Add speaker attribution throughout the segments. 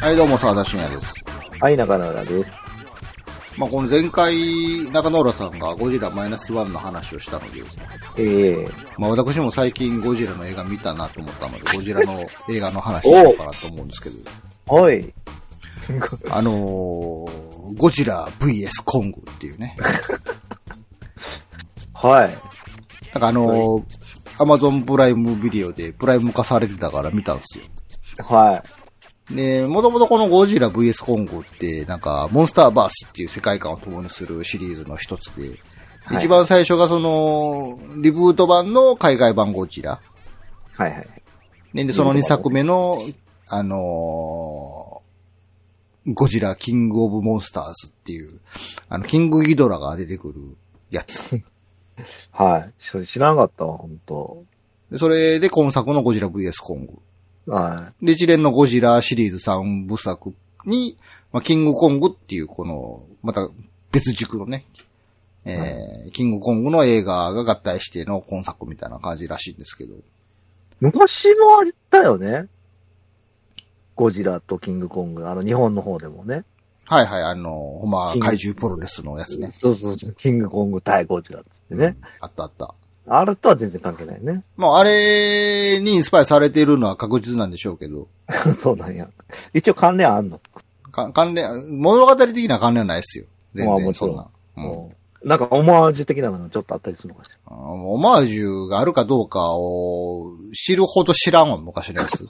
Speaker 1: はい、どうも、沢田信也です。
Speaker 2: はい、中野浦です。
Speaker 1: まあ、この前回、中野浦さんがゴジラマイナスワンの話をしたので、
Speaker 2: ええ
Speaker 1: まあ、私も最近ゴジラの映画見たなと思ったので、ゴジラの映画の話しようかなと思うんですけど、
Speaker 2: はい。
Speaker 1: あのー、ゴジラ VS コングっていうね、
Speaker 2: はい。
Speaker 1: なんかあのー、アマゾンプライムビデオでプライム化されてたから見たんですよ。
Speaker 2: は
Speaker 1: で、もともとこのゴジラ VS コングって、なんか、モンスターバースっていう世界観を共にするシリーズの一つで、
Speaker 2: はい
Speaker 1: 一番最初がその、リブート版の海外版ゴジラ。
Speaker 2: い。はいはい。
Speaker 1: で、でその2作目の、あのーゴジラキングオブモンスターズっていう、あの、キングギドラが出てくるやつ。
Speaker 2: はい。それ知らなかったわ、ほんと。
Speaker 1: でそれで今作のゴジラ VS コング。
Speaker 2: は
Speaker 1: で、一連のゴジラシリーズ3部作に、まあ、キングコングっていうこの、また別軸のね、えーキングコングの映画が合体しての今作みたいな感じらしいんですけど、
Speaker 2: い。昔もあったよね。ゴジラとキングコング。あの、日本の方でもね。
Speaker 1: はいはい、あの、ほんま
Speaker 2: キング
Speaker 1: 怪獣プロレスのやつね。
Speaker 2: そうそうそう。キングコング対ゴジラっつってね。
Speaker 1: あったあった。
Speaker 2: あれとは全然関係ないね。
Speaker 1: まあ、あれにインスパイアされているのは確実なんでしょうけど、
Speaker 2: そうなんや。一応関連あんの。
Speaker 1: か関連、物語的な関連はないですよ。全
Speaker 2: まあ
Speaker 1: 然
Speaker 2: もち
Speaker 1: そ
Speaker 2: ろ
Speaker 1: ん
Speaker 2: ん
Speaker 1: な。うん
Speaker 2: もうなんかオマージュ的なのがちょっとあったりするのかし
Speaker 1: あのオマージュがあるかどうかを知るほど知らんわ、昔のやつ。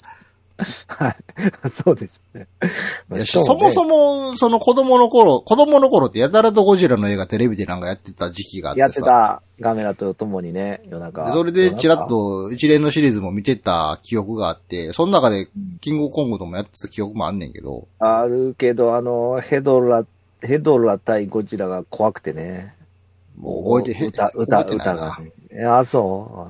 Speaker 2: ら。はい。 そうでしょうね。まあ
Speaker 1: いや
Speaker 2: しか
Speaker 1: そもそ
Speaker 2: も
Speaker 1: も、その子供の頃、子供の頃ってやたらとゴジラの映画テレビでなんかやってた時期があって
Speaker 2: ね、
Speaker 1: さ。
Speaker 2: やってたガメラとともにね、夜中。
Speaker 1: でそれでチラッ
Speaker 2: 夜中。
Speaker 1: と一連のシリーズも見てた記憶があって、その中で
Speaker 2: うん
Speaker 1: キングコングともやってた記憶もあんねんけど、
Speaker 2: あるけど、あの、ヘドラ、ヘドラ対ゴジラが怖くてね。
Speaker 1: もう覚えて、へ
Speaker 2: 歌、歌、
Speaker 1: 覚えてな
Speaker 2: 歌
Speaker 1: いな
Speaker 2: が。。えあ、そ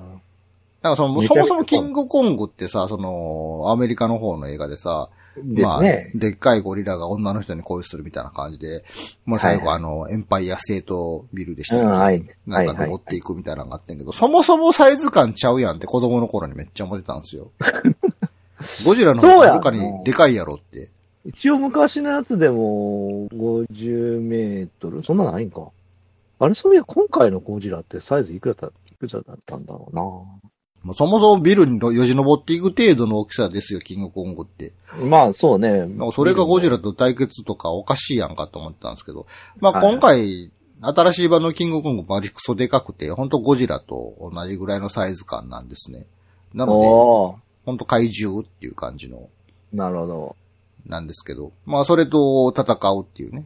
Speaker 1: なんかその、
Speaker 2: めち
Speaker 1: そ
Speaker 2: ゃ
Speaker 1: も
Speaker 2: めちゃ
Speaker 1: そもキングコングってさ、その、アメリカの方の映画でさ、
Speaker 2: う。ですね。
Speaker 1: まあ、でっかいゴリラが女の人に恋するみたいな感じで、まあ最後、
Speaker 2: は
Speaker 1: あの、エンパイアステートビルでした
Speaker 2: う
Speaker 1: っけ
Speaker 2: ん、はい。
Speaker 1: なんか登っていくみたいなのがあってんけど、そもそもサイズ感ちゃうやんって子供の頃にめっちゃ思ってたんです よ。ゴジラの方がはるかにでかいやろって。
Speaker 2: 一応昔のやつでも、50メートルそんなのないんか。あれ、そういや、今回のゴジラってサイズいくらだった、いくらだったんだろう
Speaker 1: もうそもそもビルによじ登っていく程度の大きさですよ、キングコングって。
Speaker 2: な。まあ、そうね。
Speaker 1: なんかそれがゴジ
Speaker 2: ラ。
Speaker 1: ラと対決とかおかしいやんかと思ってたんですけど、まあ
Speaker 2: はい
Speaker 1: 今回、新しい版のキングコングマジクソでかくて、ほんとゴジラと同じぐらいのサイズ感なんですね。なので、
Speaker 2: おー
Speaker 1: ほんと怪獣っていう感じの、
Speaker 2: なるほど。
Speaker 1: なんですけど、まあそれと戦うっていうね。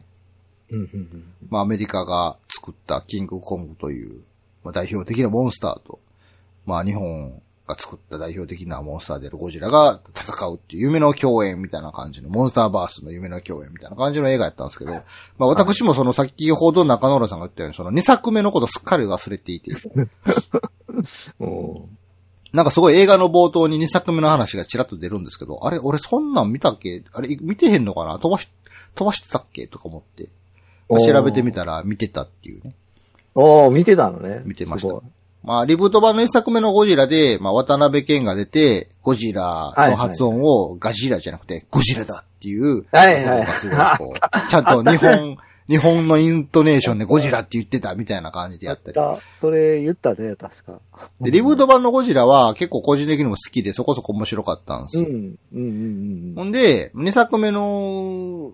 Speaker 2: うんうんうん
Speaker 1: まあ、アメリカが作ったキングコングという、まあ、代表的なモンスターと、まあ、日本が作った代表的なモンスターであるゴジラが戦うっていう夢の共演みたいな感じの、モンスターバースの夢の共演みたいな感じの映画やったんですけど、まあ、私もその先ほど中野浦さんが言ったように、その2作目のことすっかり忘れていて、
Speaker 2: おー
Speaker 1: なんかすごい映画の冒頭に2作目の話がちらっと出るんですけど、あれ、俺そんなん見たっけあれ、見てへんのかな飛ばし、飛ばしてたっけとか思って、まあ調べてみたら見てたっていうね。
Speaker 2: おー、見てたのね。
Speaker 1: 見てました
Speaker 2: すごい
Speaker 1: まあ、リブート版の一作目のゴジラで、まあ、渡辺謙が出て、ゴジラの発音をガジラじゃなくて、ゴジラだっていう、
Speaker 2: はいはい
Speaker 1: まあそこがすごいこう、ちゃんと日 本、日本のイントネーションでゴジラって言ってたみたいな感じでやったり。
Speaker 2: あったそれ言ったね、確か。
Speaker 1: で、リブート版のゴジラは結構個人的にも好きで、そこそこ面白かったんです
Speaker 2: うん、
Speaker 1: よ。
Speaker 2: うん、うん、うんう
Speaker 1: ほ
Speaker 2: ん。
Speaker 1: んで、2作目の、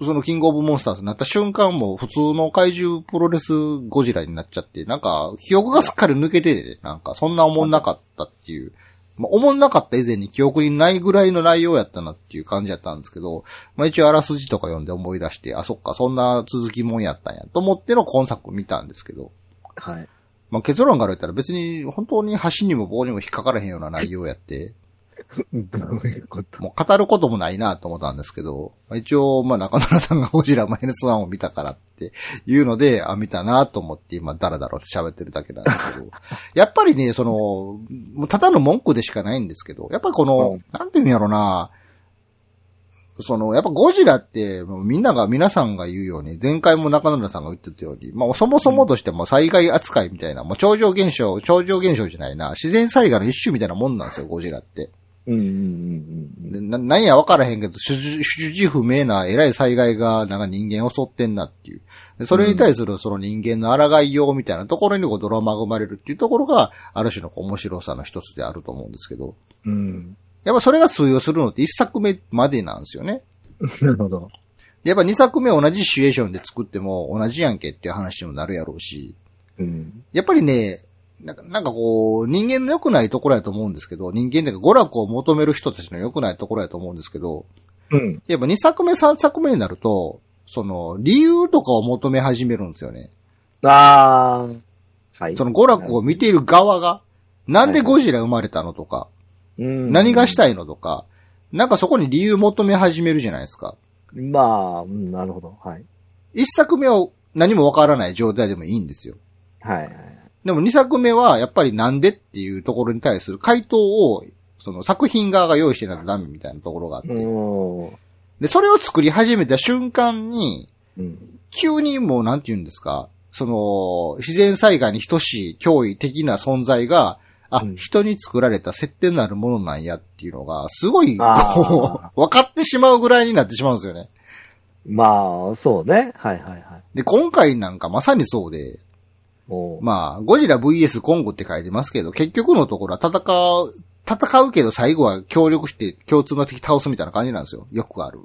Speaker 1: そのキングオブモンスターズになった瞬間も普通の怪獣プロレスゴジラになっちゃって、なんか記憶がすっかり抜けてて、なんかそんな思んなかったっていう。まあ、思んなかった以前に記憶にないぐらいの内容やったなっていう感じやったんですけど、まあ一応あらすじとか読んで思い出して、あ、そっか、そんな続きもんやったんや、と思っての今作見たんですけど、
Speaker 2: はい。
Speaker 1: まあ結論から言ったら別に本当に橋にも棒にも引っかからへんような内容やって、
Speaker 2: どういうこと
Speaker 1: もう語ることもないなと思ったんですけど、一応、まあ中村さんがゴジラマイナスワンを見たからっていうので、あ、見たなと思って今ダラダラと喋ってるだけなんですけど、やっぱりね、その、もうただの文句でしかないんですけど、やっぱりこの、
Speaker 2: う
Speaker 1: なんていうんやろな、その、やっぱゴジラって、もうみんなが、皆さんが言うように、前回も中野さんが言ってたように、まあそもそもとしても災害扱いみたいな、もう超常現象、超常現象じゃないな、自然災害の一種みたいなもんなんですよ、ゴジラって。
Speaker 2: うんうんうんうんうん。
Speaker 1: でな、なんやわからへんけど、主事、主事不明な偉い災害が、なんか人間を襲ってんなっていう。でそれに対するその人間の抗いようみたいなところにこうドラマが生まれるっていうところが、ある種のこう面白さの一つであると思うんですけど。
Speaker 2: うん。
Speaker 1: やっぱそれが通用するのって一作目までなんですよね。
Speaker 2: なるほど。
Speaker 1: でやっぱ二作目同じシチュエーションで作っても同じやんけっていう話にもなるやろうし。
Speaker 2: うん。
Speaker 1: やっぱりね、なんか、なんかこう、人間の良くないところやと思うんですけど、人間っていうか娯楽を求める人たちの良くないところやと思うんですけど、
Speaker 2: うん。
Speaker 1: やっぱ2作目、3作目になると、その、理由とかを求め始めるんですよね。
Speaker 2: あー。はい。
Speaker 1: その娯楽を見ている側が、なんでゴジラ生まれたのとか、
Speaker 2: うん、
Speaker 1: 何がしたいのとか、なんかそこに理由求め始めるじゃないですか。
Speaker 2: まあ、うん、なるほど。はい。
Speaker 1: 1作目を何もわからない状態でもいいんですよ。
Speaker 2: はい。
Speaker 1: でも2作目は、やっぱりなんでっていうところに対する回答を、その作品側が用意してないとダメみたいなところがあっ
Speaker 2: う
Speaker 1: て。
Speaker 2: ん。
Speaker 1: で、それを作り始めた瞬間に、
Speaker 2: うん。
Speaker 1: 急にもうなんて言うんですか、その、自然災害に等しい脅威的な存在が、あ、
Speaker 2: うん
Speaker 1: 人に作られた設定になるものなんやっていうのが、すごい、
Speaker 2: あー
Speaker 1: こう、分かってしまうぐらいになってしまうんですよね。
Speaker 2: まあ、そうね。はいはいはい。
Speaker 1: で、今回なんかまさにそうで、
Speaker 2: おう
Speaker 1: まあ、ゴジラ VS コンゴって書いてますけど、結局のところは戦う、戦うけど最後は協力して共通の敵倒すみたいな感じなんですよ。よくある。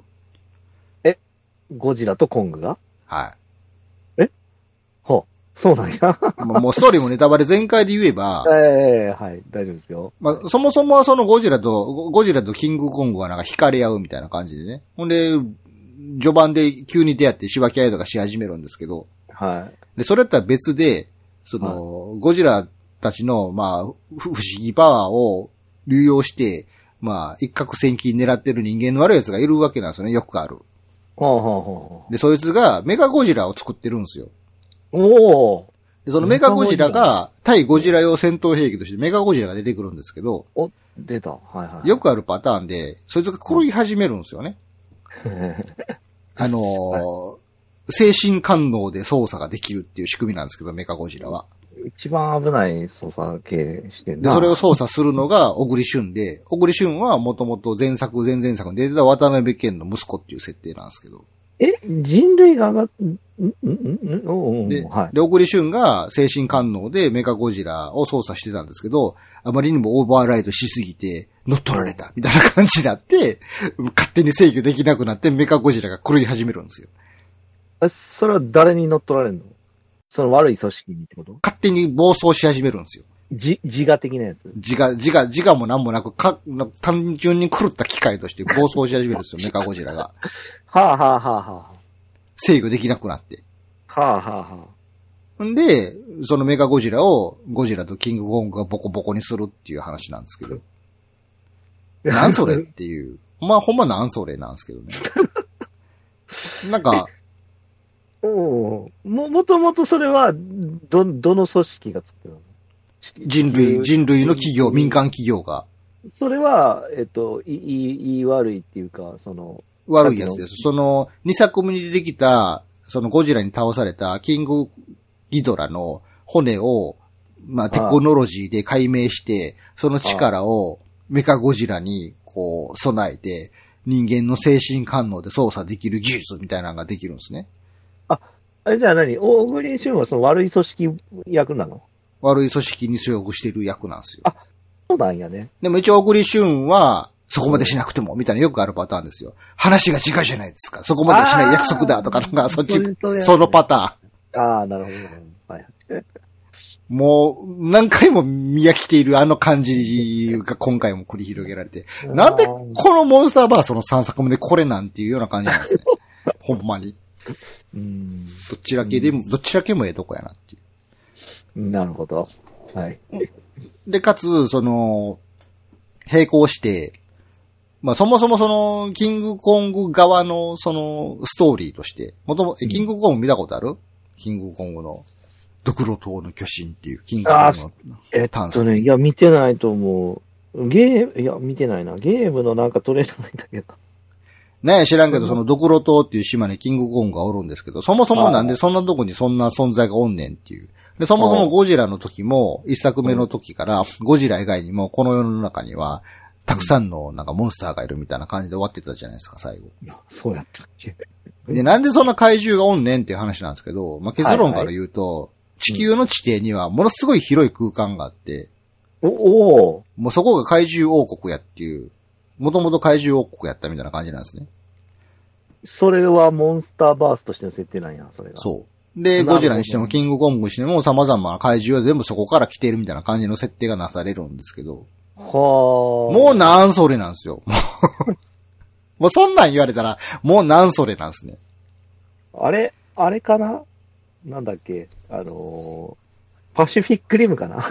Speaker 2: ゴジラとコングが
Speaker 1: はい。
Speaker 2: そうなんや。
Speaker 1: まあもうストーリーもネタバレ全開で言えば、
Speaker 2: ええはい。大丈夫ですよ。
Speaker 1: まあ、そもそもはそのゴジラと、ゴゴジラとキングコングはなんか惹かれ合うみたいな感じでね。ほんで、序盤で急に出会って仕分け合いとかし始めるんですけど、
Speaker 2: は
Speaker 1: で、それとは別で、その、ゴジラたちの、まあ、ふ不思議パワーを流用して、まあ、一攫千金狙ってる人間の悪い奴がいるわけなんですよね、よくある。
Speaker 2: い。ほうほうほう
Speaker 1: で、そいつがメガゴジラを作ってるんですよ。
Speaker 2: ほう。おお
Speaker 1: で、そのメガゴジラが対ゴジラ用戦闘兵器としてメガゴジラが出てくるんですけど、
Speaker 2: 出た。はいはい。
Speaker 1: よくあるパターンで、そいつが狂い始めるんですよね。あのー精神官能で操作ができるっていう仕組みなんですけど、メカゴジラは。
Speaker 2: 一番危ない操作系してん
Speaker 1: で、
Speaker 2: な。
Speaker 1: それを操作するのが、小栗旬で、小栗旬はもともと前作、前々作に出てた渡辺謙の息子っていう設定なんですけど。
Speaker 2: え、人類が上がっ、んんんんおうおうおう
Speaker 1: で、
Speaker 2: はい。
Speaker 1: で小栗旬が精神官能でメカゴジラを操作してたんですけど、あまりにもオーバーライドしすぎて、乗っ取られた、みたいな感じになって、勝手に制御できなくなってメカゴジラが狂い始めるんですよ。
Speaker 2: えそれは誰に乗っ取られるのその悪い組織にってこと
Speaker 1: 勝手に暴走し始めるんですよ。
Speaker 2: じ、自我的なやつ。
Speaker 1: 自我、自我、自我も何もなく、か、な単純に狂った機械として暴走し始めるんですよ、メカゴジラが。
Speaker 2: はあはあはあは
Speaker 1: 制御できなくなって。
Speaker 2: あ。はあはあは
Speaker 1: んで、そのメカゴジラを、ゴジラとキングコングがボコボコにするっていう話なんですけど。
Speaker 2: あ。
Speaker 1: なんそれっていう。まあ、ほんまなんそれなんですけどね。なんか、
Speaker 2: おうも、もともとそれは、ど、どの組織が作ってるの
Speaker 1: 人類、人類の企業、民間企業が
Speaker 2: それは、えっと、いい、いい悪いっていうか、その、
Speaker 1: 悪いやつです。その、2作目に出てきた、そのゴジラに倒されたキングギドラの骨を、まあ、テクノロジーで解明して、その力をメカゴジラに、こう、備えて、人間の精神官能で操作できる技術みたいなのができるんですね。
Speaker 2: あれじゃあ何大栗旬はその悪い組織役なの
Speaker 1: 悪い組織に所属してる役なんですよ。
Speaker 2: そうなんやね。
Speaker 1: でも一応、小栗旬は、そこまでしなくても、みたいなよくあるパターンですよ。話が違うじゃないですか。そこまでしない約束だとか、なんか、そっち、そのパターン。
Speaker 2: ターン。ああ、なるほどなるほど。はい。
Speaker 1: もう、何回も見飽きているあの感じが今回も繰り広げられて、なんでこのモンスターバースの3作目でこれなんていうような感じなんですね。ほんまに。
Speaker 2: うん。
Speaker 1: どっちだけでも、どっちだけもええとこやなってい
Speaker 2: なるほど。はい。
Speaker 1: う。で、かつ、その、並行して、まあそもそもその、キングコング側のその、ストーリーとして、もとも、えキングコング見たことあるキングコングの、ドクロ島の巨神っていう、キングコングの
Speaker 2: えっ
Speaker 1: 炭
Speaker 2: と
Speaker 1: 素。
Speaker 2: ね、いや、見てないと思う。ゲーム、いや、見てないな。ゲームのなんかトレーナーだけど。
Speaker 1: ねえ、知らんけど、そのドクロ島っていう島にキングコングがおるんですけど、そもそもなんでそんなとこにそんな存在がおんねんっていう。で、そもそもゴジラの時も、一作目の時から、ゴジラ以外にも、この世の中には、たくさんのなんかモンスターがいるみたいな感じで終わってたじゃないですか、最後。
Speaker 2: そうやったっけ。
Speaker 1: で、なんでそんな怪獣がおんねんっていう話なんですけど、まあ、結論から言うと、地球の地底にはものすごい広い空間があって、
Speaker 2: お、お
Speaker 1: もうそこが怪獣王国やっていう、もともと怪獣王国やったみたいな感じなんですね。
Speaker 2: ーそれはモンスターバースとしての設定なんや、それが。
Speaker 1: そう。で、
Speaker 2: なるほど
Speaker 1: ゴジラにしてもキングコングにしても様々な怪獣は全部そこから来てるみたいな感じの設定がなされるんですけど、
Speaker 2: はあ。も
Speaker 1: もうなんそれなんですよ。も うもうそんなん言われたら、もうなんそれなんですね。
Speaker 2: あれ、あれかななんだっけあのーパシフィックリムかな
Speaker 1: はい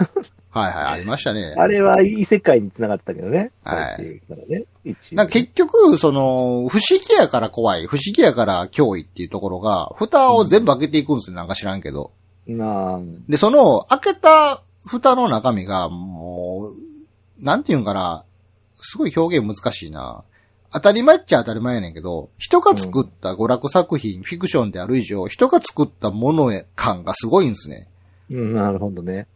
Speaker 1: はい、ありましたね。
Speaker 2: あれは異世界に繋がってたけどね。
Speaker 1: はい
Speaker 2: そうやって言うからね、一応
Speaker 1: なんか結局、その、不思議やから怖い、不思議やから脅威っていうところが、蓋を全部開けていくんですよ、なんか知らんけど。
Speaker 2: まあ、
Speaker 1: で、その、開けた蓋の中身が、もう、なんていうんかな、すごい表現難しいな。当たり前っちゃ当たり前やねんけど、人が作った娯楽作品、フィクションである以上、人が作ったものへ感がすごいんですね。
Speaker 2: うん、なるほどね。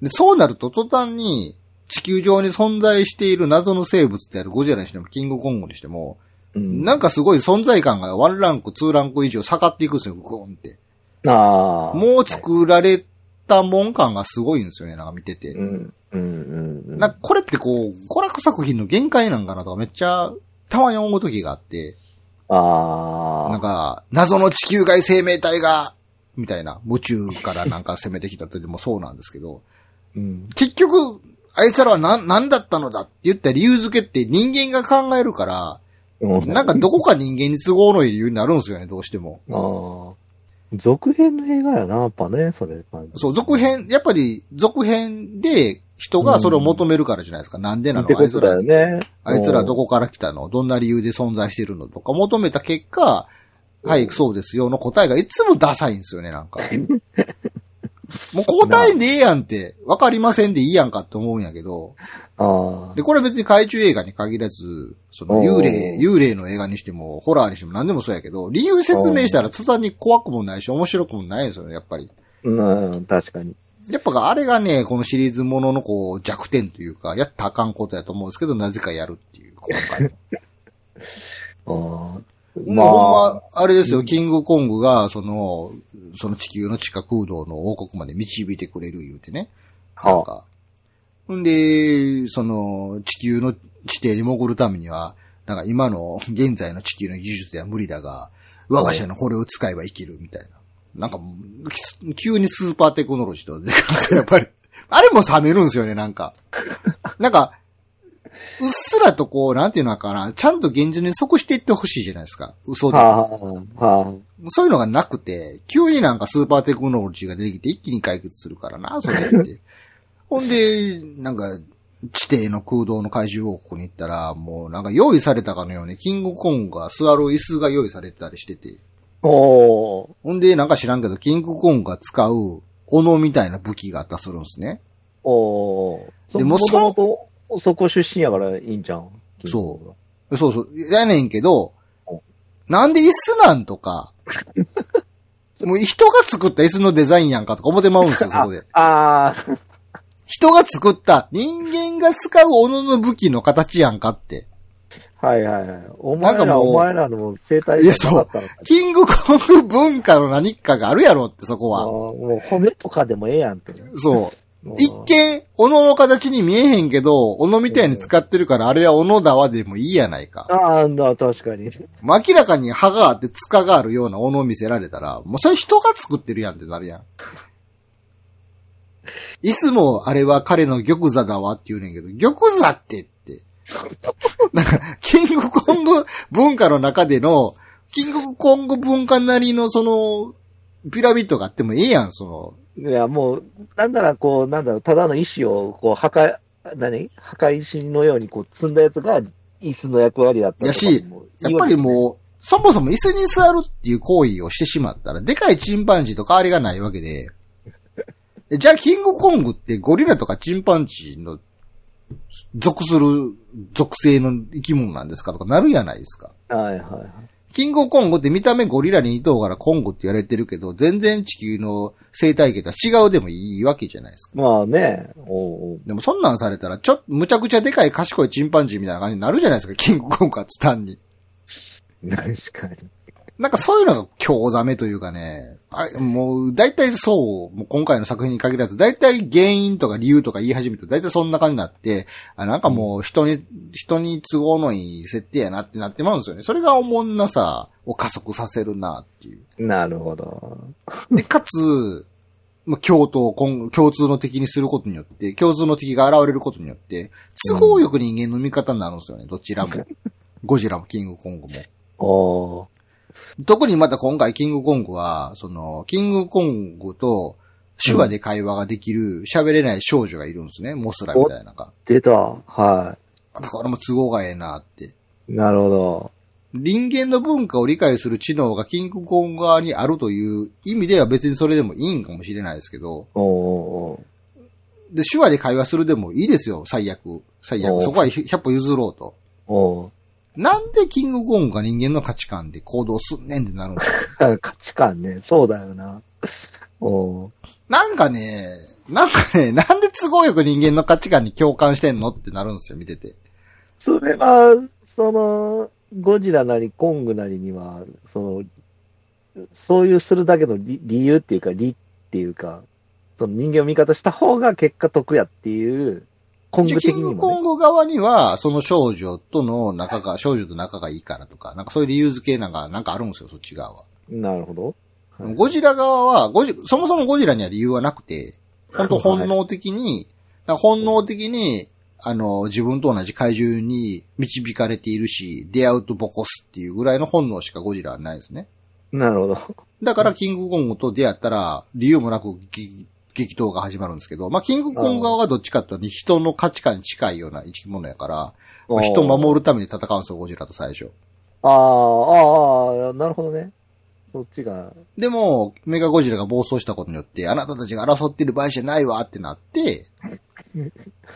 Speaker 1: で、そうなると途端に地球上に存在している謎の生物であるゴジラにしてもキングコングにしても、
Speaker 2: うん。
Speaker 1: なんかすごい存在感がワンランク、ツーランク以上下がっていくんですよ、グーンって。
Speaker 2: ああ。
Speaker 1: もう作られたもん感がすごいんですよね、なんか見てて
Speaker 2: う。ん、うん、うんうん。
Speaker 1: なんかこれってこう、娯楽作品の限界なんかなとかめっちゃたまに思う時があって、
Speaker 2: ああ。
Speaker 1: なんか謎の地球外生命体が、みたいな、宇宙からなんか攻めてきた時もそうなんですけど、
Speaker 2: うん。
Speaker 1: 結局、あいつらはな、なんだったのだって言った理由付けって人間が考えるから、なんかどこか人間に都合のいい理由になるんですよね、どうしても。
Speaker 2: ああ。続編の映画やな、やっぱね、それ。
Speaker 1: そう、続編、やっぱり続編で人がそれを求めるからじゃないですか。な、んでな
Speaker 2: っ
Speaker 1: の
Speaker 2: て
Speaker 1: あ
Speaker 2: こ
Speaker 1: いつ
Speaker 2: とだ
Speaker 1: ら
Speaker 2: よ、ね。
Speaker 1: あいつらど
Speaker 2: こ
Speaker 1: こから来たのどんな理由で存在してるのとか求めた結果、はい、そうですよの答えがいつもダサいんですよね、なんか。もう答えんでええやんって、わかりませんでいいやんかって思うんやけど、
Speaker 2: あ
Speaker 1: で、これ別に怪獣映画に限らず、その
Speaker 2: おー
Speaker 1: 幽霊、幽霊の映画にしても、ホラーにしても何でもそうやけど、理由説明したら途端に怖くもないし、面白くもないんですよね、やっぱり。
Speaker 2: あ。うん、確かに。
Speaker 1: やっぱあれがね、このシリーズもののこう弱点というか、やったらあかんことやと思うんですけど、なぜかやるっていう、今回の。
Speaker 2: ああ。
Speaker 1: まあ、ほんま、あれです
Speaker 2: う
Speaker 1: よ、
Speaker 2: ん
Speaker 1: キングコングが、その、その地球の地下空洞の王国まで導いてくれる言うてね。なん
Speaker 2: は
Speaker 1: か。ほんで、その、地球の地底に潜るためには、なんか今の、現在の地球の技術では無理だが、我が社のこれを使えば生きるみたいな。なんか、き急にスーパーテクノロジーと出てくるんですよ、やっぱり。あれも冷めるんですよね、なんか。なんか、うっすらとこう、なんていうのかな、ちゃんと現実に即していってほしいじゃないですか。嘘
Speaker 2: あ。
Speaker 1: で
Speaker 2: は。あ、は
Speaker 1: そういうのがなくて、急になんかスーパーテクノロジーが出てきて一気に解決するからな、それって。ほんで、なんか、地底の空洞の怪獣王国に行ったら、もうなんか用意されたかのように、キングコングが座る椅子が用意されてたりしてて。
Speaker 2: あ。おー。
Speaker 1: ほんで、なんか知らんけど、キングコングが使う、斧みたいな武器があったりするんですね。
Speaker 2: おー。そ
Speaker 1: で
Speaker 2: う
Speaker 1: も
Speaker 2: も
Speaker 1: そ
Speaker 2: ともと、そこ出身やからいいんじゃん。
Speaker 1: そそうそう。やねんけど
Speaker 2: お、
Speaker 1: なんで椅子なんとか、もう人が作った椅子のデザインやんかとか思ってまうんですよ、そこで。
Speaker 2: ああ。
Speaker 1: 人が作った人間が使う斧の武器の形やんかって。
Speaker 2: はいはいはい。お
Speaker 1: なんか
Speaker 2: 前ら、
Speaker 1: もう
Speaker 2: お前らの生態
Speaker 1: い
Speaker 2: じ
Speaker 1: や
Speaker 2: ゃ
Speaker 1: そう
Speaker 2: なかったのか。
Speaker 1: キングコング文化の何かがあるやろってそこ
Speaker 2: あー
Speaker 1: は。
Speaker 2: もう骨とかでもええやんって。
Speaker 1: そう。
Speaker 2: もう
Speaker 1: 一見、斧の形に見えへんけど、斧みたいに使ってるからあれは斧だわでもいいやないか。
Speaker 2: ああ、な確かに。
Speaker 1: もう明らかに刃があって塚があるような斧を見せられたら、もうそれ人が作ってるやんってなるやん。いつもあれは彼の玉座だわって言うねんけど、玉座ってって。なんか、キングコング文化の中での、キングコング文化なりのその、ピラミッドがあってもええやん、その。
Speaker 2: いや、もう、なんならこう、なんだろう、ただの石を、こう、破壊、何破壊石のようにこう積んだやつが、椅子の役割だったりとか
Speaker 1: やし
Speaker 2: もう
Speaker 1: やっぱりもう、そもそも椅子に座るっていう行為をしてしまったら、でかいチンパンジーと変わりがないわけで、じゃあキングコングってゴリラとかチンパンジーの属する属性の生き物なんですかとかなるやないですか。
Speaker 2: はいはいはい。
Speaker 1: キングコングって見た目ゴリラに似とうからコングって言われてるけど、全然地球の生態系とは違うでもいいわけじゃないですか。
Speaker 2: まあね、おうおう
Speaker 1: でもそんなんされたら、ちょっとむちゃくちゃでかい賢いチンパンジーみたいな感じになるじゃないですか、キングコングはつ単に。
Speaker 2: 確かに。
Speaker 1: なんかそういうのが興ざめというかね、あもう大体そう、もう今回の作品に限らず、大体原因とか理由とか言い始めて、大体そんな感じになって、あなんかもう人に、人に都合のいい設定やなってなってまうんですよね。それがおもんなさを加速させるなっていう。
Speaker 2: なるほど。
Speaker 1: で、かつ、まあ、共闘、今共通の敵にすることによって、共通の敵が現れることによって、都合よく人間の味方になるんですよね、どちらも。ゴジラもキングコングも。
Speaker 2: おー
Speaker 1: 特にまた今回キングコングは、その、キングコングと手話で会話ができる、喋、れない少女がいるんですね。モスラみたいなのが。
Speaker 2: 出た。は
Speaker 1: だからもう都合がええなって。
Speaker 2: い。なるほど。
Speaker 1: 人間の文化を理解する知能がキングコング側にあるという意味では別にそれでもいいんかもしれないですけど、
Speaker 2: おうおうおう
Speaker 1: で、手話で会話するでもいいですよ、最悪。最
Speaker 2: お
Speaker 1: 悪。
Speaker 2: う
Speaker 1: そこは100歩譲ろうと。
Speaker 2: おう
Speaker 1: なんでキングコングが人間の価値観で行動すんねんってなるんですよ
Speaker 2: 価値観ね。そうだよな。おう
Speaker 1: なんかね、なんかね、 なんで都合よく人間の価値観に共感してんのってなるんですよ、見てて。
Speaker 2: それは、その、ゴジラなりコングなりには、その、そういうするだけの理理由っていうか、理っていうか、その人間を味方した方が結果得やっていう、コン
Speaker 1: 一応
Speaker 2: グ
Speaker 1: キ
Speaker 2: 的
Speaker 1: ン
Speaker 2: に
Speaker 1: グコ
Speaker 2: も、
Speaker 1: ン
Speaker 2: ね。
Speaker 1: グ側には、その少女との仲が、少女と仲がいいからとか、なんかそういう理由付けなんか、なんかあるんですよ、そっち側は。
Speaker 2: なるほど。はい
Speaker 1: ゴジラ側は、ゴジ、そもそもゴジラには理由はなくて、本当本能的に、なんか本能的に、あの、自分と同じ怪獣に導かれているし、出会うとボコスっていうぐらいの本能しかゴジラはないですね。
Speaker 2: なるほど。
Speaker 1: だから、キングコングと出会ったら、理由もなく激激闘が始まるんですけど、まあ、キングコング側はどっちかっていうと、人の価値観に近いような生き物やから、まあ人を守
Speaker 2: る。
Speaker 1: るために戦うんですよ、ゴジラと最初。
Speaker 2: あーあー、なるほどね。そっちが、
Speaker 1: でも、メガゴジラが暴走したことによって、あなたたちが争ってる場合じゃないわってなって、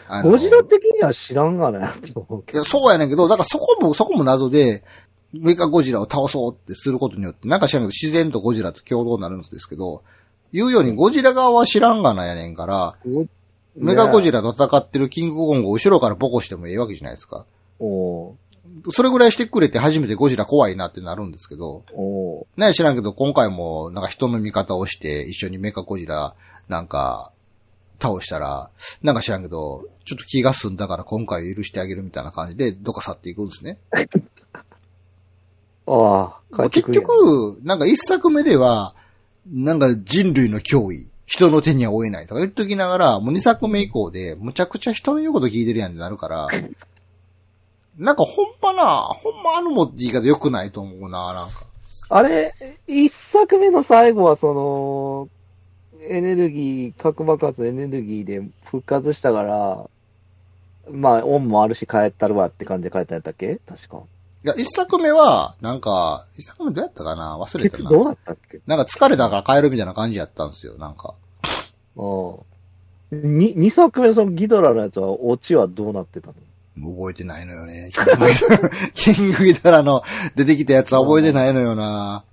Speaker 1: あの
Speaker 2: ゴジラ的には知らんがな、と思うけ
Speaker 1: いや、そうやねんけど、だからそこも、そこも謎で、メカゴジラを倒そうってすることによって、なんか知らんけど、自然とゴジラと共同になるんですけど、言うようにゴジラ側は知らんがなやねんから、
Speaker 2: ど。
Speaker 1: メガゴジ
Speaker 2: ラ。
Speaker 1: ラと戦ってるキングコングを後ろからボコしてもええわけじゃないですか。
Speaker 2: おー
Speaker 1: それぐらいしてくれて初めてゴジラ怖いなってなるんですけど、
Speaker 2: おー
Speaker 1: ね知らんけど今回もなんか人の味方をして一緒にメカゴジラなんか倒したら、なんか知らんけど、ちょっと気が済んだから今回許してあげるみたいな感じでどっか去っていくんですね。
Speaker 2: ああ、帰
Speaker 1: 結
Speaker 2: ってくるやん、
Speaker 1: 局、なんか一作目では、なんか人類の脅威、人の手には負えないとか言っときながら、もう二作目以降で、むちゃくちゃ人の言うこと聞いてるやんってなる から、なんかほんまな、ほんまあるもって言い方良くないと思うな、なんか。
Speaker 2: あれ、一作目の最後はその、エネルギー、核爆発のエネルギーで復活したから、まあ、恩もあるし帰ったるわって感じで帰ったんやったっけ確か。
Speaker 1: いや、一作目は、なんか、一作目どうやったかな忘れ
Speaker 2: ケ
Speaker 1: た
Speaker 2: ツ
Speaker 1: な。
Speaker 2: どうなったっけ
Speaker 1: なんか疲れたから帰るみたいな感じやったんですよ、なんか。
Speaker 2: ああ。に、二作目のそのギドラのやつは、オチはどうなってたの
Speaker 1: 覚えてないのよね。キングギタラの出てきたやつは覚えてないのよな。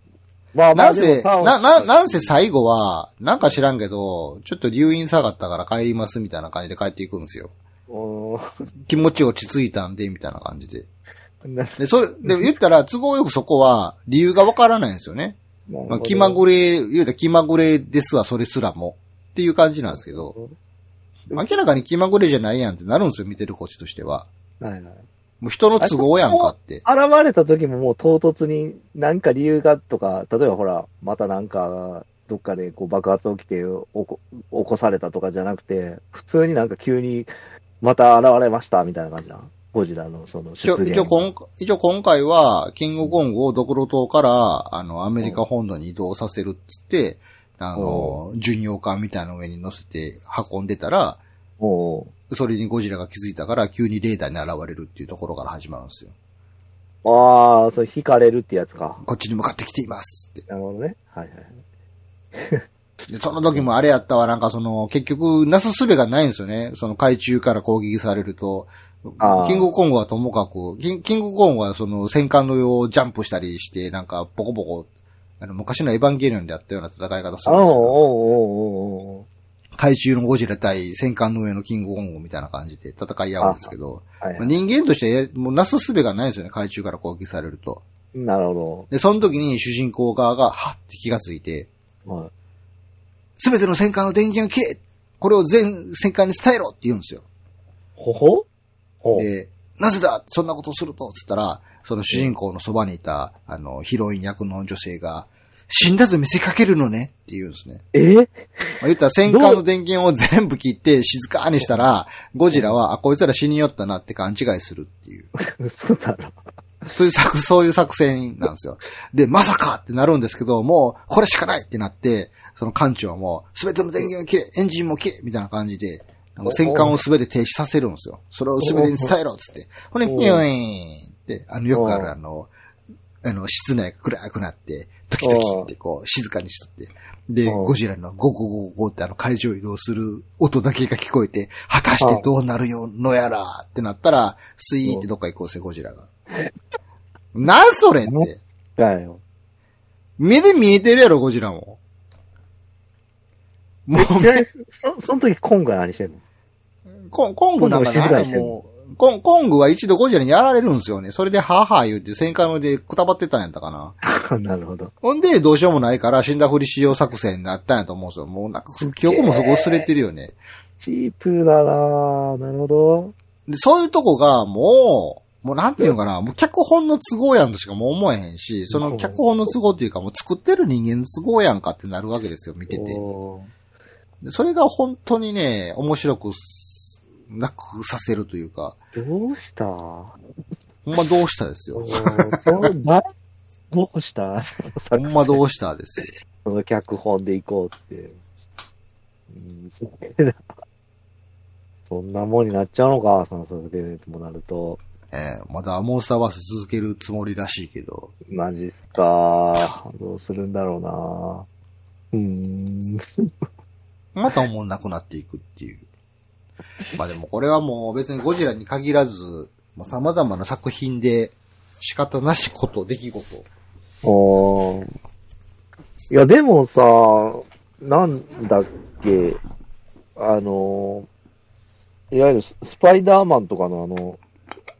Speaker 2: まあ、まあ
Speaker 1: なんせ、
Speaker 2: でも
Speaker 1: な、な、なんせ
Speaker 2: 倒
Speaker 1: 最後は、なんか知らんけど、ちょっと留飲下がったから帰りますみたいな感じで帰っていくんですよ。
Speaker 2: お
Speaker 1: 気持ち落ち着いたんで、みたいな感じで。
Speaker 2: ーな
Speaker 1: で、それ、で、言ったら都合よくそこは理由がわからないんですよね。まあ、気まぐれ、言うたら気まぐれですわ、それすらも。っていう感じなんですけど、明らかに気まぐれじゃないやんってなるんですよ、見てるこっちとしては。
Speaker 2: はいはい。
Speaker 1: もう人の都合やんかって。
Speaker 2: 現れた時ももう唐突に何か理由がとか、例えばほら、またなんか、どっかでこう爆発起きておこ起こされたとかじゃなくて、普通になんか急にまた現れましたみたいな感じな。ゴジラのその
Speaker 1: 一
Speaker 2: 出
Speaker 1: 応、
Speaker 2: 現。
Speaker 1: 一応今回、一応今回は、キングコングをドクロ島から、あの、アメリカ本土に移動させるっつって、あの、巡洋艦みたいなの上に乗せて運んでたら、
Speaker 2: おう
Speaker 1: それにゴジラが気づいたから、急にレーダーに現れるっていうところから始まるんですよ。
Speaker 2: ああ、それ惹かれるってやつか。
Speaker 1: こっちに向かってきていますっつって。
Speaker 2: なるほどね。はいはい。
Speaker 1: で、その時もあれやったわ、なんかその、結局、なすすべがないんですよね。その海中から攻撃されると。
Speaker 2: あー
Speaker 1: キングコングはともかく、キンキングコングはその戦艦のようジャンプしたりして、なんかボコボコ、あの昔のエヴァンゲリオンでやったような戦い方す
Speaker 2: あ
Speaker 1: るんですよ。
Speaker 2: おうおうおうおうおう
Speaker 1: 海中のゴジラ対戦艦の上のキングコングみたいな感じで戦い合うんですけど、
Speaker 2: はい
Speaker 1: ま
Speaker 2: は
Speaker 1: あ
Speaker 2: い。
Speaker 1: 人間としてもうなすすべがないんですよね、海中から攻撃されると。
Speaker 2: なるほ
Speaker 1: で、その時に主人公側が、はっって気がついて、
Speaker 2: ど。はい
Speaker 1: すべての戦艦の電源を切れこれを全戦艦に伝えろって言うんですよ。
Speaker 2: ほほほう
Speaker 1: で、なぜだそんなことをするとつったら、その主人公のそばにいた、あの、ヒロイン役の女性が、死んだと見せかけるのねって言うんですね。
Speaker 2: え
Speaker 1: まあ、言ったら戦艦の電源を全部切って静かにしたら、ゴジラは、あ、こいつら死によったなって勘違いするっていう。
Speaker 2: 嘘だろ。
Speaker 1: そういう作、そういう作戦なんですよ。で、まさかってなるんですけど、もう、これしかないってなって、その艦長も、すべての電源を切れ、エンジンも切れみたいな感じで、あの、戦艦をすべて停止させるんですよ。それをすべてに伝えろっつって。これ、
Speaker 2: お
Speaker 1: ピューイーンって、あの、よくあるあの、あの、室内が暗くなって、ドキドキってこう、静かにしとって。で、
Speaker 2: お
Speaker 1: ゴジラのゴゴゴゴってあの、海上移動する音だけが聞こえて、果たしてどうなるよのやらってなったら、スイーってどっか行こうぜ、ゴジラが。なんそれって。
Speaker 2: だよ。
Speaker 1: 目で見えてるやろ、ゴジラも。もう、
Speaker 2: ちなみに、そ、その時コングは何してんの
Speaker 1: コンコングなんか
Speaker 2: コングも静かにして
Speaker 1: なんん
Speaker 2: の
Speaker 1: かもうコン、コングは一度ゴジラにやられるんですよね。それで、はぁはぁ言って、戦艦の上でくたばってたんやったかな。
Speaker 2: なるほど。
Speaker 1: ほんで、どうしようもないから、死んだふりしよう作戦になったんやと思うんですよ。もう、なんか、記憶もそこ薄れてるよね。
Speaker 2: チープだなぁ。なるほど。
Speaker 1: で、そういうとこが、もう、もうなんていうのかな、もう脚本の都合やんとしかもう思えへんし、その脚本の都合っていうか、もう作ってる人間の都合やんかってなるわけですよ、見てて。
Speaker 2: お
Speaker 1: でそれが本当にね、面白くすなくさせるというか、
Speaker 2: ーどうした
Speaker 1: ほんまどうしたです
Speaker 2: お
Speaker 1: よ。
Speaker 2: ーどうなどうした
Speaker 1: ほんまどうしたですよ。
Speaker 2: その脚本で行こうって。うん、それだそんなもんになっちゃうのか、その続けるともなると。
Speaker 1: ええまだモンスターバース続けるつもりらしいけど、
Speaker 2: マジっすか。どうするんだろうな。うーん。
Speaker 1: また思んなくなっていくっていう。まあでもこれはもう別にゴジラに限らず、まあ、様々な作品で仕方なしこと、出来事。
Speaker 2: おーいや、でもさ、なんだっけ、あの、いわゆるススパイダーマンとかのあの、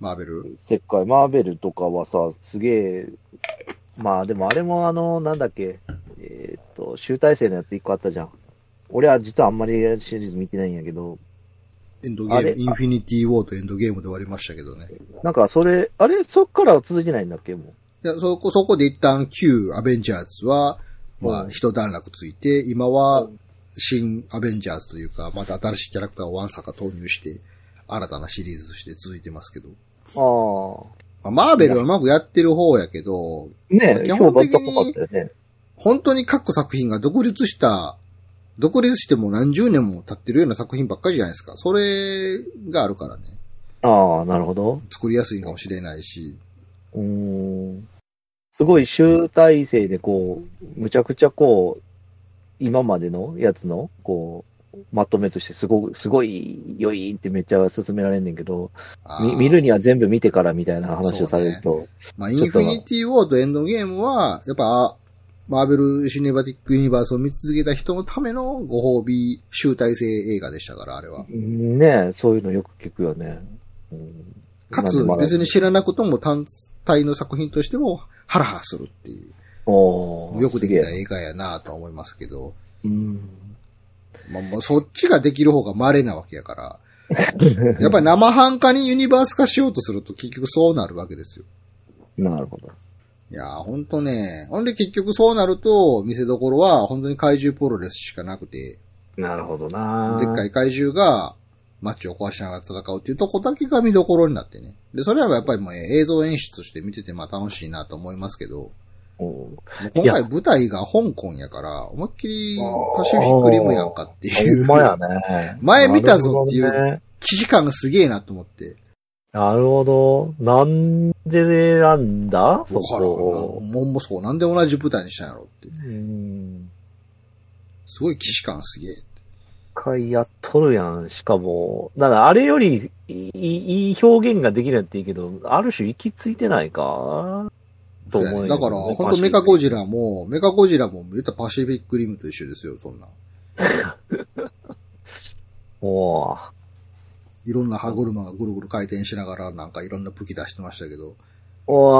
Speaker 1: マーベル
Speaker 2: 世界、マーベルとかはさ、すげえ、まあでもあれもあの、なんだっけ、えーっと、集大成のやつ一個あったじゃん。俺は実はあんまりシリーズ見てないんやけど、
Speaker 1: エンドゲ
Speaker 2: あ
Speaker 1: ー
Speaker 2: れ
Speaker 1: ム、インフィニティウォーとエンドゲームで終わりましたけどね。
Speaker 2: なんかそれ、あれ、そっからは続いてないんだっけ、も
Speaker 1: いやそこ、そこで一旦旧アベンジャーズは、まあ、
Speaker 2: うん
Speaker 1: 一段落ついて、今は
Speaker 2: うん
Speaker 1: 新アベンジャーズというか、また新しいキャラクターをワンサカ投入して、新たなシリーズとして続いてますけど。
Speaker 2: う。ああ。
Speaker 1: まあ、マーベルはうまくやってる方やけど、
Speaker 2: ねえ、
Speaker 1: 基
Speaker 2: 評
Speaker 1: 本
Speaker 2: 判
Speaker 1: 的に
Speaker 2: 高かったよね。
Speaker 1: 本当に各作品が独立した、独立してもう何十年も経ってるような作品ばっかりじゃないですか。それがあるからね。
Speaker 2: ああ、なるほど。
Speaker 1: 作りやすいかもしれないし。
Speaker 2: うーん。すごい集大成でこう、むちゃくちゃこう、今までのやつの、こう、まとめとしてすごく、すごい良いってめっちゃ勧められんねんけど、
Speaker 1: あー
Speaker 2: み見るには全部見てからみたいな話をされると、
Speaker 1: まあ、
Speaker 2: ち
Speaker 1: イ
Speaker 2: ょ
Speaker 1: ン
Speaker 2: っと
Speaker 1: フィニティ・ウォーとエンドゲームは、やっぱ、マーベル・シネバティック・ユニバースを見続けた人のためのご褒美集大成映画でしたから、あれは。
Speaker 2: ねえ、そういうのよく聞くよね。うん
Speaker 1: かつ、別に知らなくとも単体の作品としても、ハラハラするってい
Speaker 2: お
Speaker 1: う、よくできた
Speaker 2: い。
Speaker 1: 映画やなとは思いますけど、
Speaker 2: うん
Speaker 1: まあ、まあそっちができる方が稀なわけや から、やっぱり生半可にユニバース化しようとすると結局そうなるわけですよ。
Speaker 2: なるほど。
Speaker 1: いやー、ほんとね。ほんで結局そうなると、見せどころは本当に怪獣プロレスしかなくて、
Speaker 2: なるほどな
Speaker 1: でっかい怪獣が、マッチを壊しながら戦うっていうとこだけが見どころになってね。で、それはやっぱりもう映像演出として見ててまあ楽しいなと思いますけど、も
Speaker 2: お
Speaker 1: う今回舞台が香港やから、思いっきりパシフィックリムやんかってい
Speaker 2: ほ
Speaker 1: う。
Speaker 2: んまやね。
Speaker 1: 前見たぞっていう
Speaker 2: なるほどね
Speaker 1: 記事感がすげえなと思って。
Speaker 2: なるほど。なんで選んだそ
Speaker 1: わからんな
Speaker 2: こを。
Speaker 1: もうもうそう、なんで同じ舞台にしたんやろって。
Speaker 2: うん。
Speaker 1: すごい既視感すげえ。
Speaker 2: 回やっとるやん。しかも、だからあれよりいいいい表現ができるやっていいけど、ある種行き着いてないか
Speaker 1: そ
Speaker 2: と
Speaker 1: う
Speaker 2: 思
Speaker 1: や
Speaker 2: う
Speaker 1: ね
Speaker 2: よ
Speaker 1: だから、本当メカゴジラも、メカゴジラも言ったらパシフィックリムと一緒ですよ、そんな。
Speaker 2: おぉ。
Speaker 1: いろんな歯車がぐるぐる回転しながら、なんかいろんな武器出してましたけど、
Speaker 2: お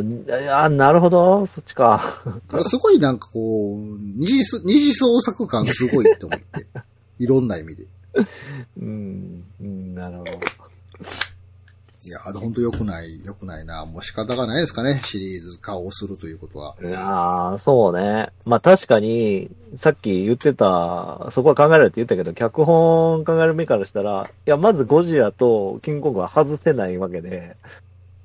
Speaker 2: ぉ、あ、なるほど。そっちか。
Speaker 1: すごいなんかこう、二次す、二次創作感すごいって 思って。いろんな意味で。
Speaker 2: うん、うんなるほど。
Speaker 1: いや、あれ本当良くない、良くないな。もう仕方がないですかね。シリーズ化をするということは。
Speaker 2: いやーそうね。まあ確かに、さっき言ってた、そこは考えられて言ったけど、脚本考える目からしたら、いや、まずゴジラとキングコングは外せないわけで、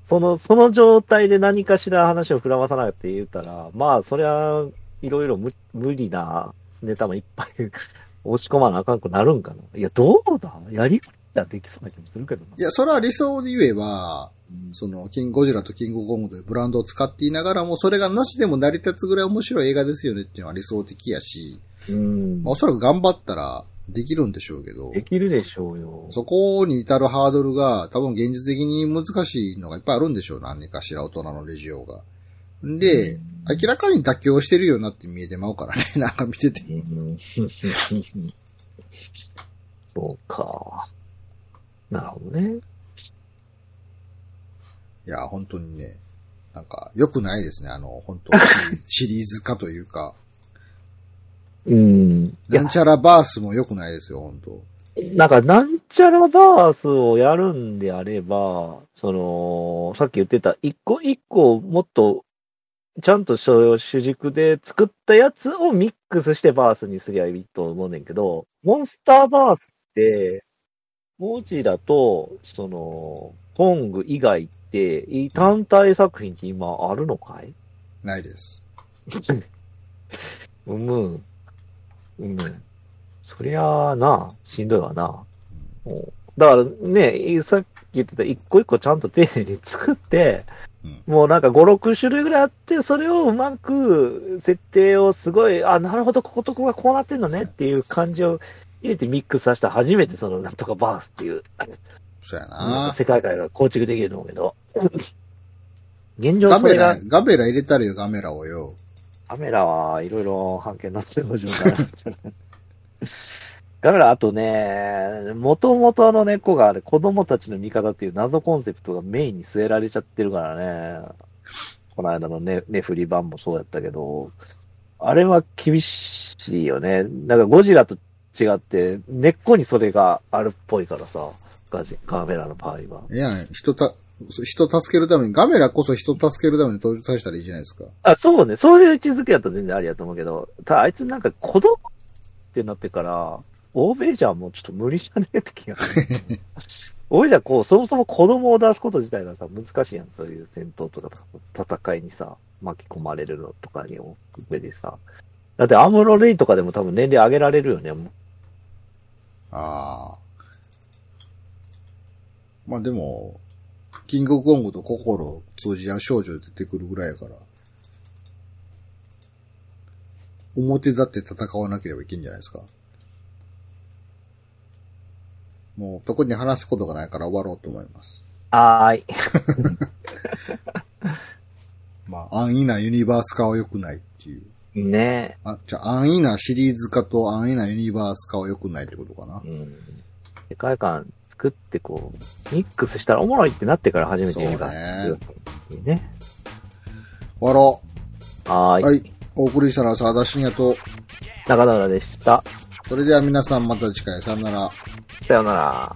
Speaker 2: その、その状態で何かしら話を膨らまさないって言ったら、まあ、そりゃ、いろいろ無無理なネタもいっぱい 押し込まなあかんくなるんかな。いや、どうだやりができそうな気もするけどな。
Speaker 1: いや、それは理想で言えば、
Speaker 2: うん
Speaker 1: その、キングゴジラとキングコングというブランドを使っていながらも、それがなしでも成り立つぐらい面白い映画ですよねっていうのは理想的やし、
Speaker 2: うん
Speaker 1: まあ、おそらく頑張ったらできるんでしょうけど、
Speaker 2: できるでしょうよ。
Speaker 1: そこに至るハードルが多分現実的に難しいのがいっぱいあるんでしょう。何かしら大人のレジオが。で、明らかに妥協してるようになって見えてまうからね。 なんか見てて。
Speaker 2: うんそうか。なるほどね。
Speaker 1: いや、本当にね、なんか良くないですね。あの、本 当シリーズシリーズ化というか、
Speaker 2: うん。い
Speaker 1: な
Speaker 2: や
Speaker 1: ん、ちゃらバースも良くないですよ、本当
Speaker 2: なんか、なんちゃらバースをやるんであれば、その、さっき言ってた、一個一個もっと、ちゃんとそれを主軸で作ったやつをミックスしてバースにすりゃいいと思うねんけど、モンスターバースって、文字だと、その、トング以外って、いい単体作品って今あるのかい
Speaker 1: ないです。
Speaker 2: うむ。うむ。そりゃあな、しんどいわな。うんだからね、さっき言ってた一個一個ちゃんと丁寧に作って、
Speaker 1: うん
Speaker 2: もうなんか5、6種類ぐらいあって、それをうまく設定をすごい、あ、なるほど、こことここがこうなってんのねっていう感じを入れてミックスさせた初めてそのなんとかバースっていう、
Speaker 1: そうや
Speaker 2: なん
Speaker 1: な
Speaker 2: か。世界観が構築できると思うけど、現状
Speaker 1: ガ
Speaker 2: そ
Speaker 1: メ
Speaker 2: れが
Speaker 1: ラ、ガメラ入れたらよ、ガメラをよ。
Speaker 2: カメラはいろいろ判件になってる状態なんじゃないガメラ、あとね、もともとあの猫があれ、子供たちの味方っていう謎コンセプトがメインに据えられちゃってるからね。この間のね、ね、フリ版もそうやったけど、あれは厳しいよね。なんかゴジラと違って、根っこにそれがあるっぽいからさ、ガジガメラの場合は。
Speaker 1: いや、人た、人助けるために、ガメラこそ人助けるために登場させたらいいじゃないですか。
Speaker 2: あ、そうね。そういう位置づけやったら全然ありやと思うけど、ただあいつなんか子供ってなってから、欧米じゃもうちょっと無理じゃねえって気がする。 欧米じゃこう、そもそも子供を出すこと自体がさ、難しいやん。そういう戦闘とか戦いにさ、巻き込まれるのとかにも上でさ。だってアムロレイとかでも多分年齢上げられるよね。もう
Speaker 1: ああ。まあでも、キングコングと心を通じ合う少女で出てくるぐらいやから。表立って戦わなければいけんじゃないですか。もう、特に話すことがないから終わろうと思います。
Speaker 2: はーい。
Speaker 1: まあ、安易なユニバース化は良くないっていう。
Speaker 2: ね
Speaker 1: あ、じゃあ、安易なシリーズ化と安易なユニバース化は良くないってことかな
Speaker 2: え。。うん。世界観作ってこう、ミックスしたらおもろいってなってから初めて映画作るね。ね。
Speaker 1: 終わろ
Speaker 2: は
Speaker 1: う。
Speaker 2: ーい。
Speaker 1: はい。お送りしたのは沢田信也と、
Speaker 2: 中田浦でした。
Speaker 1: それでは皆さんまた次回さよなら。
Speaker 2: さようなら。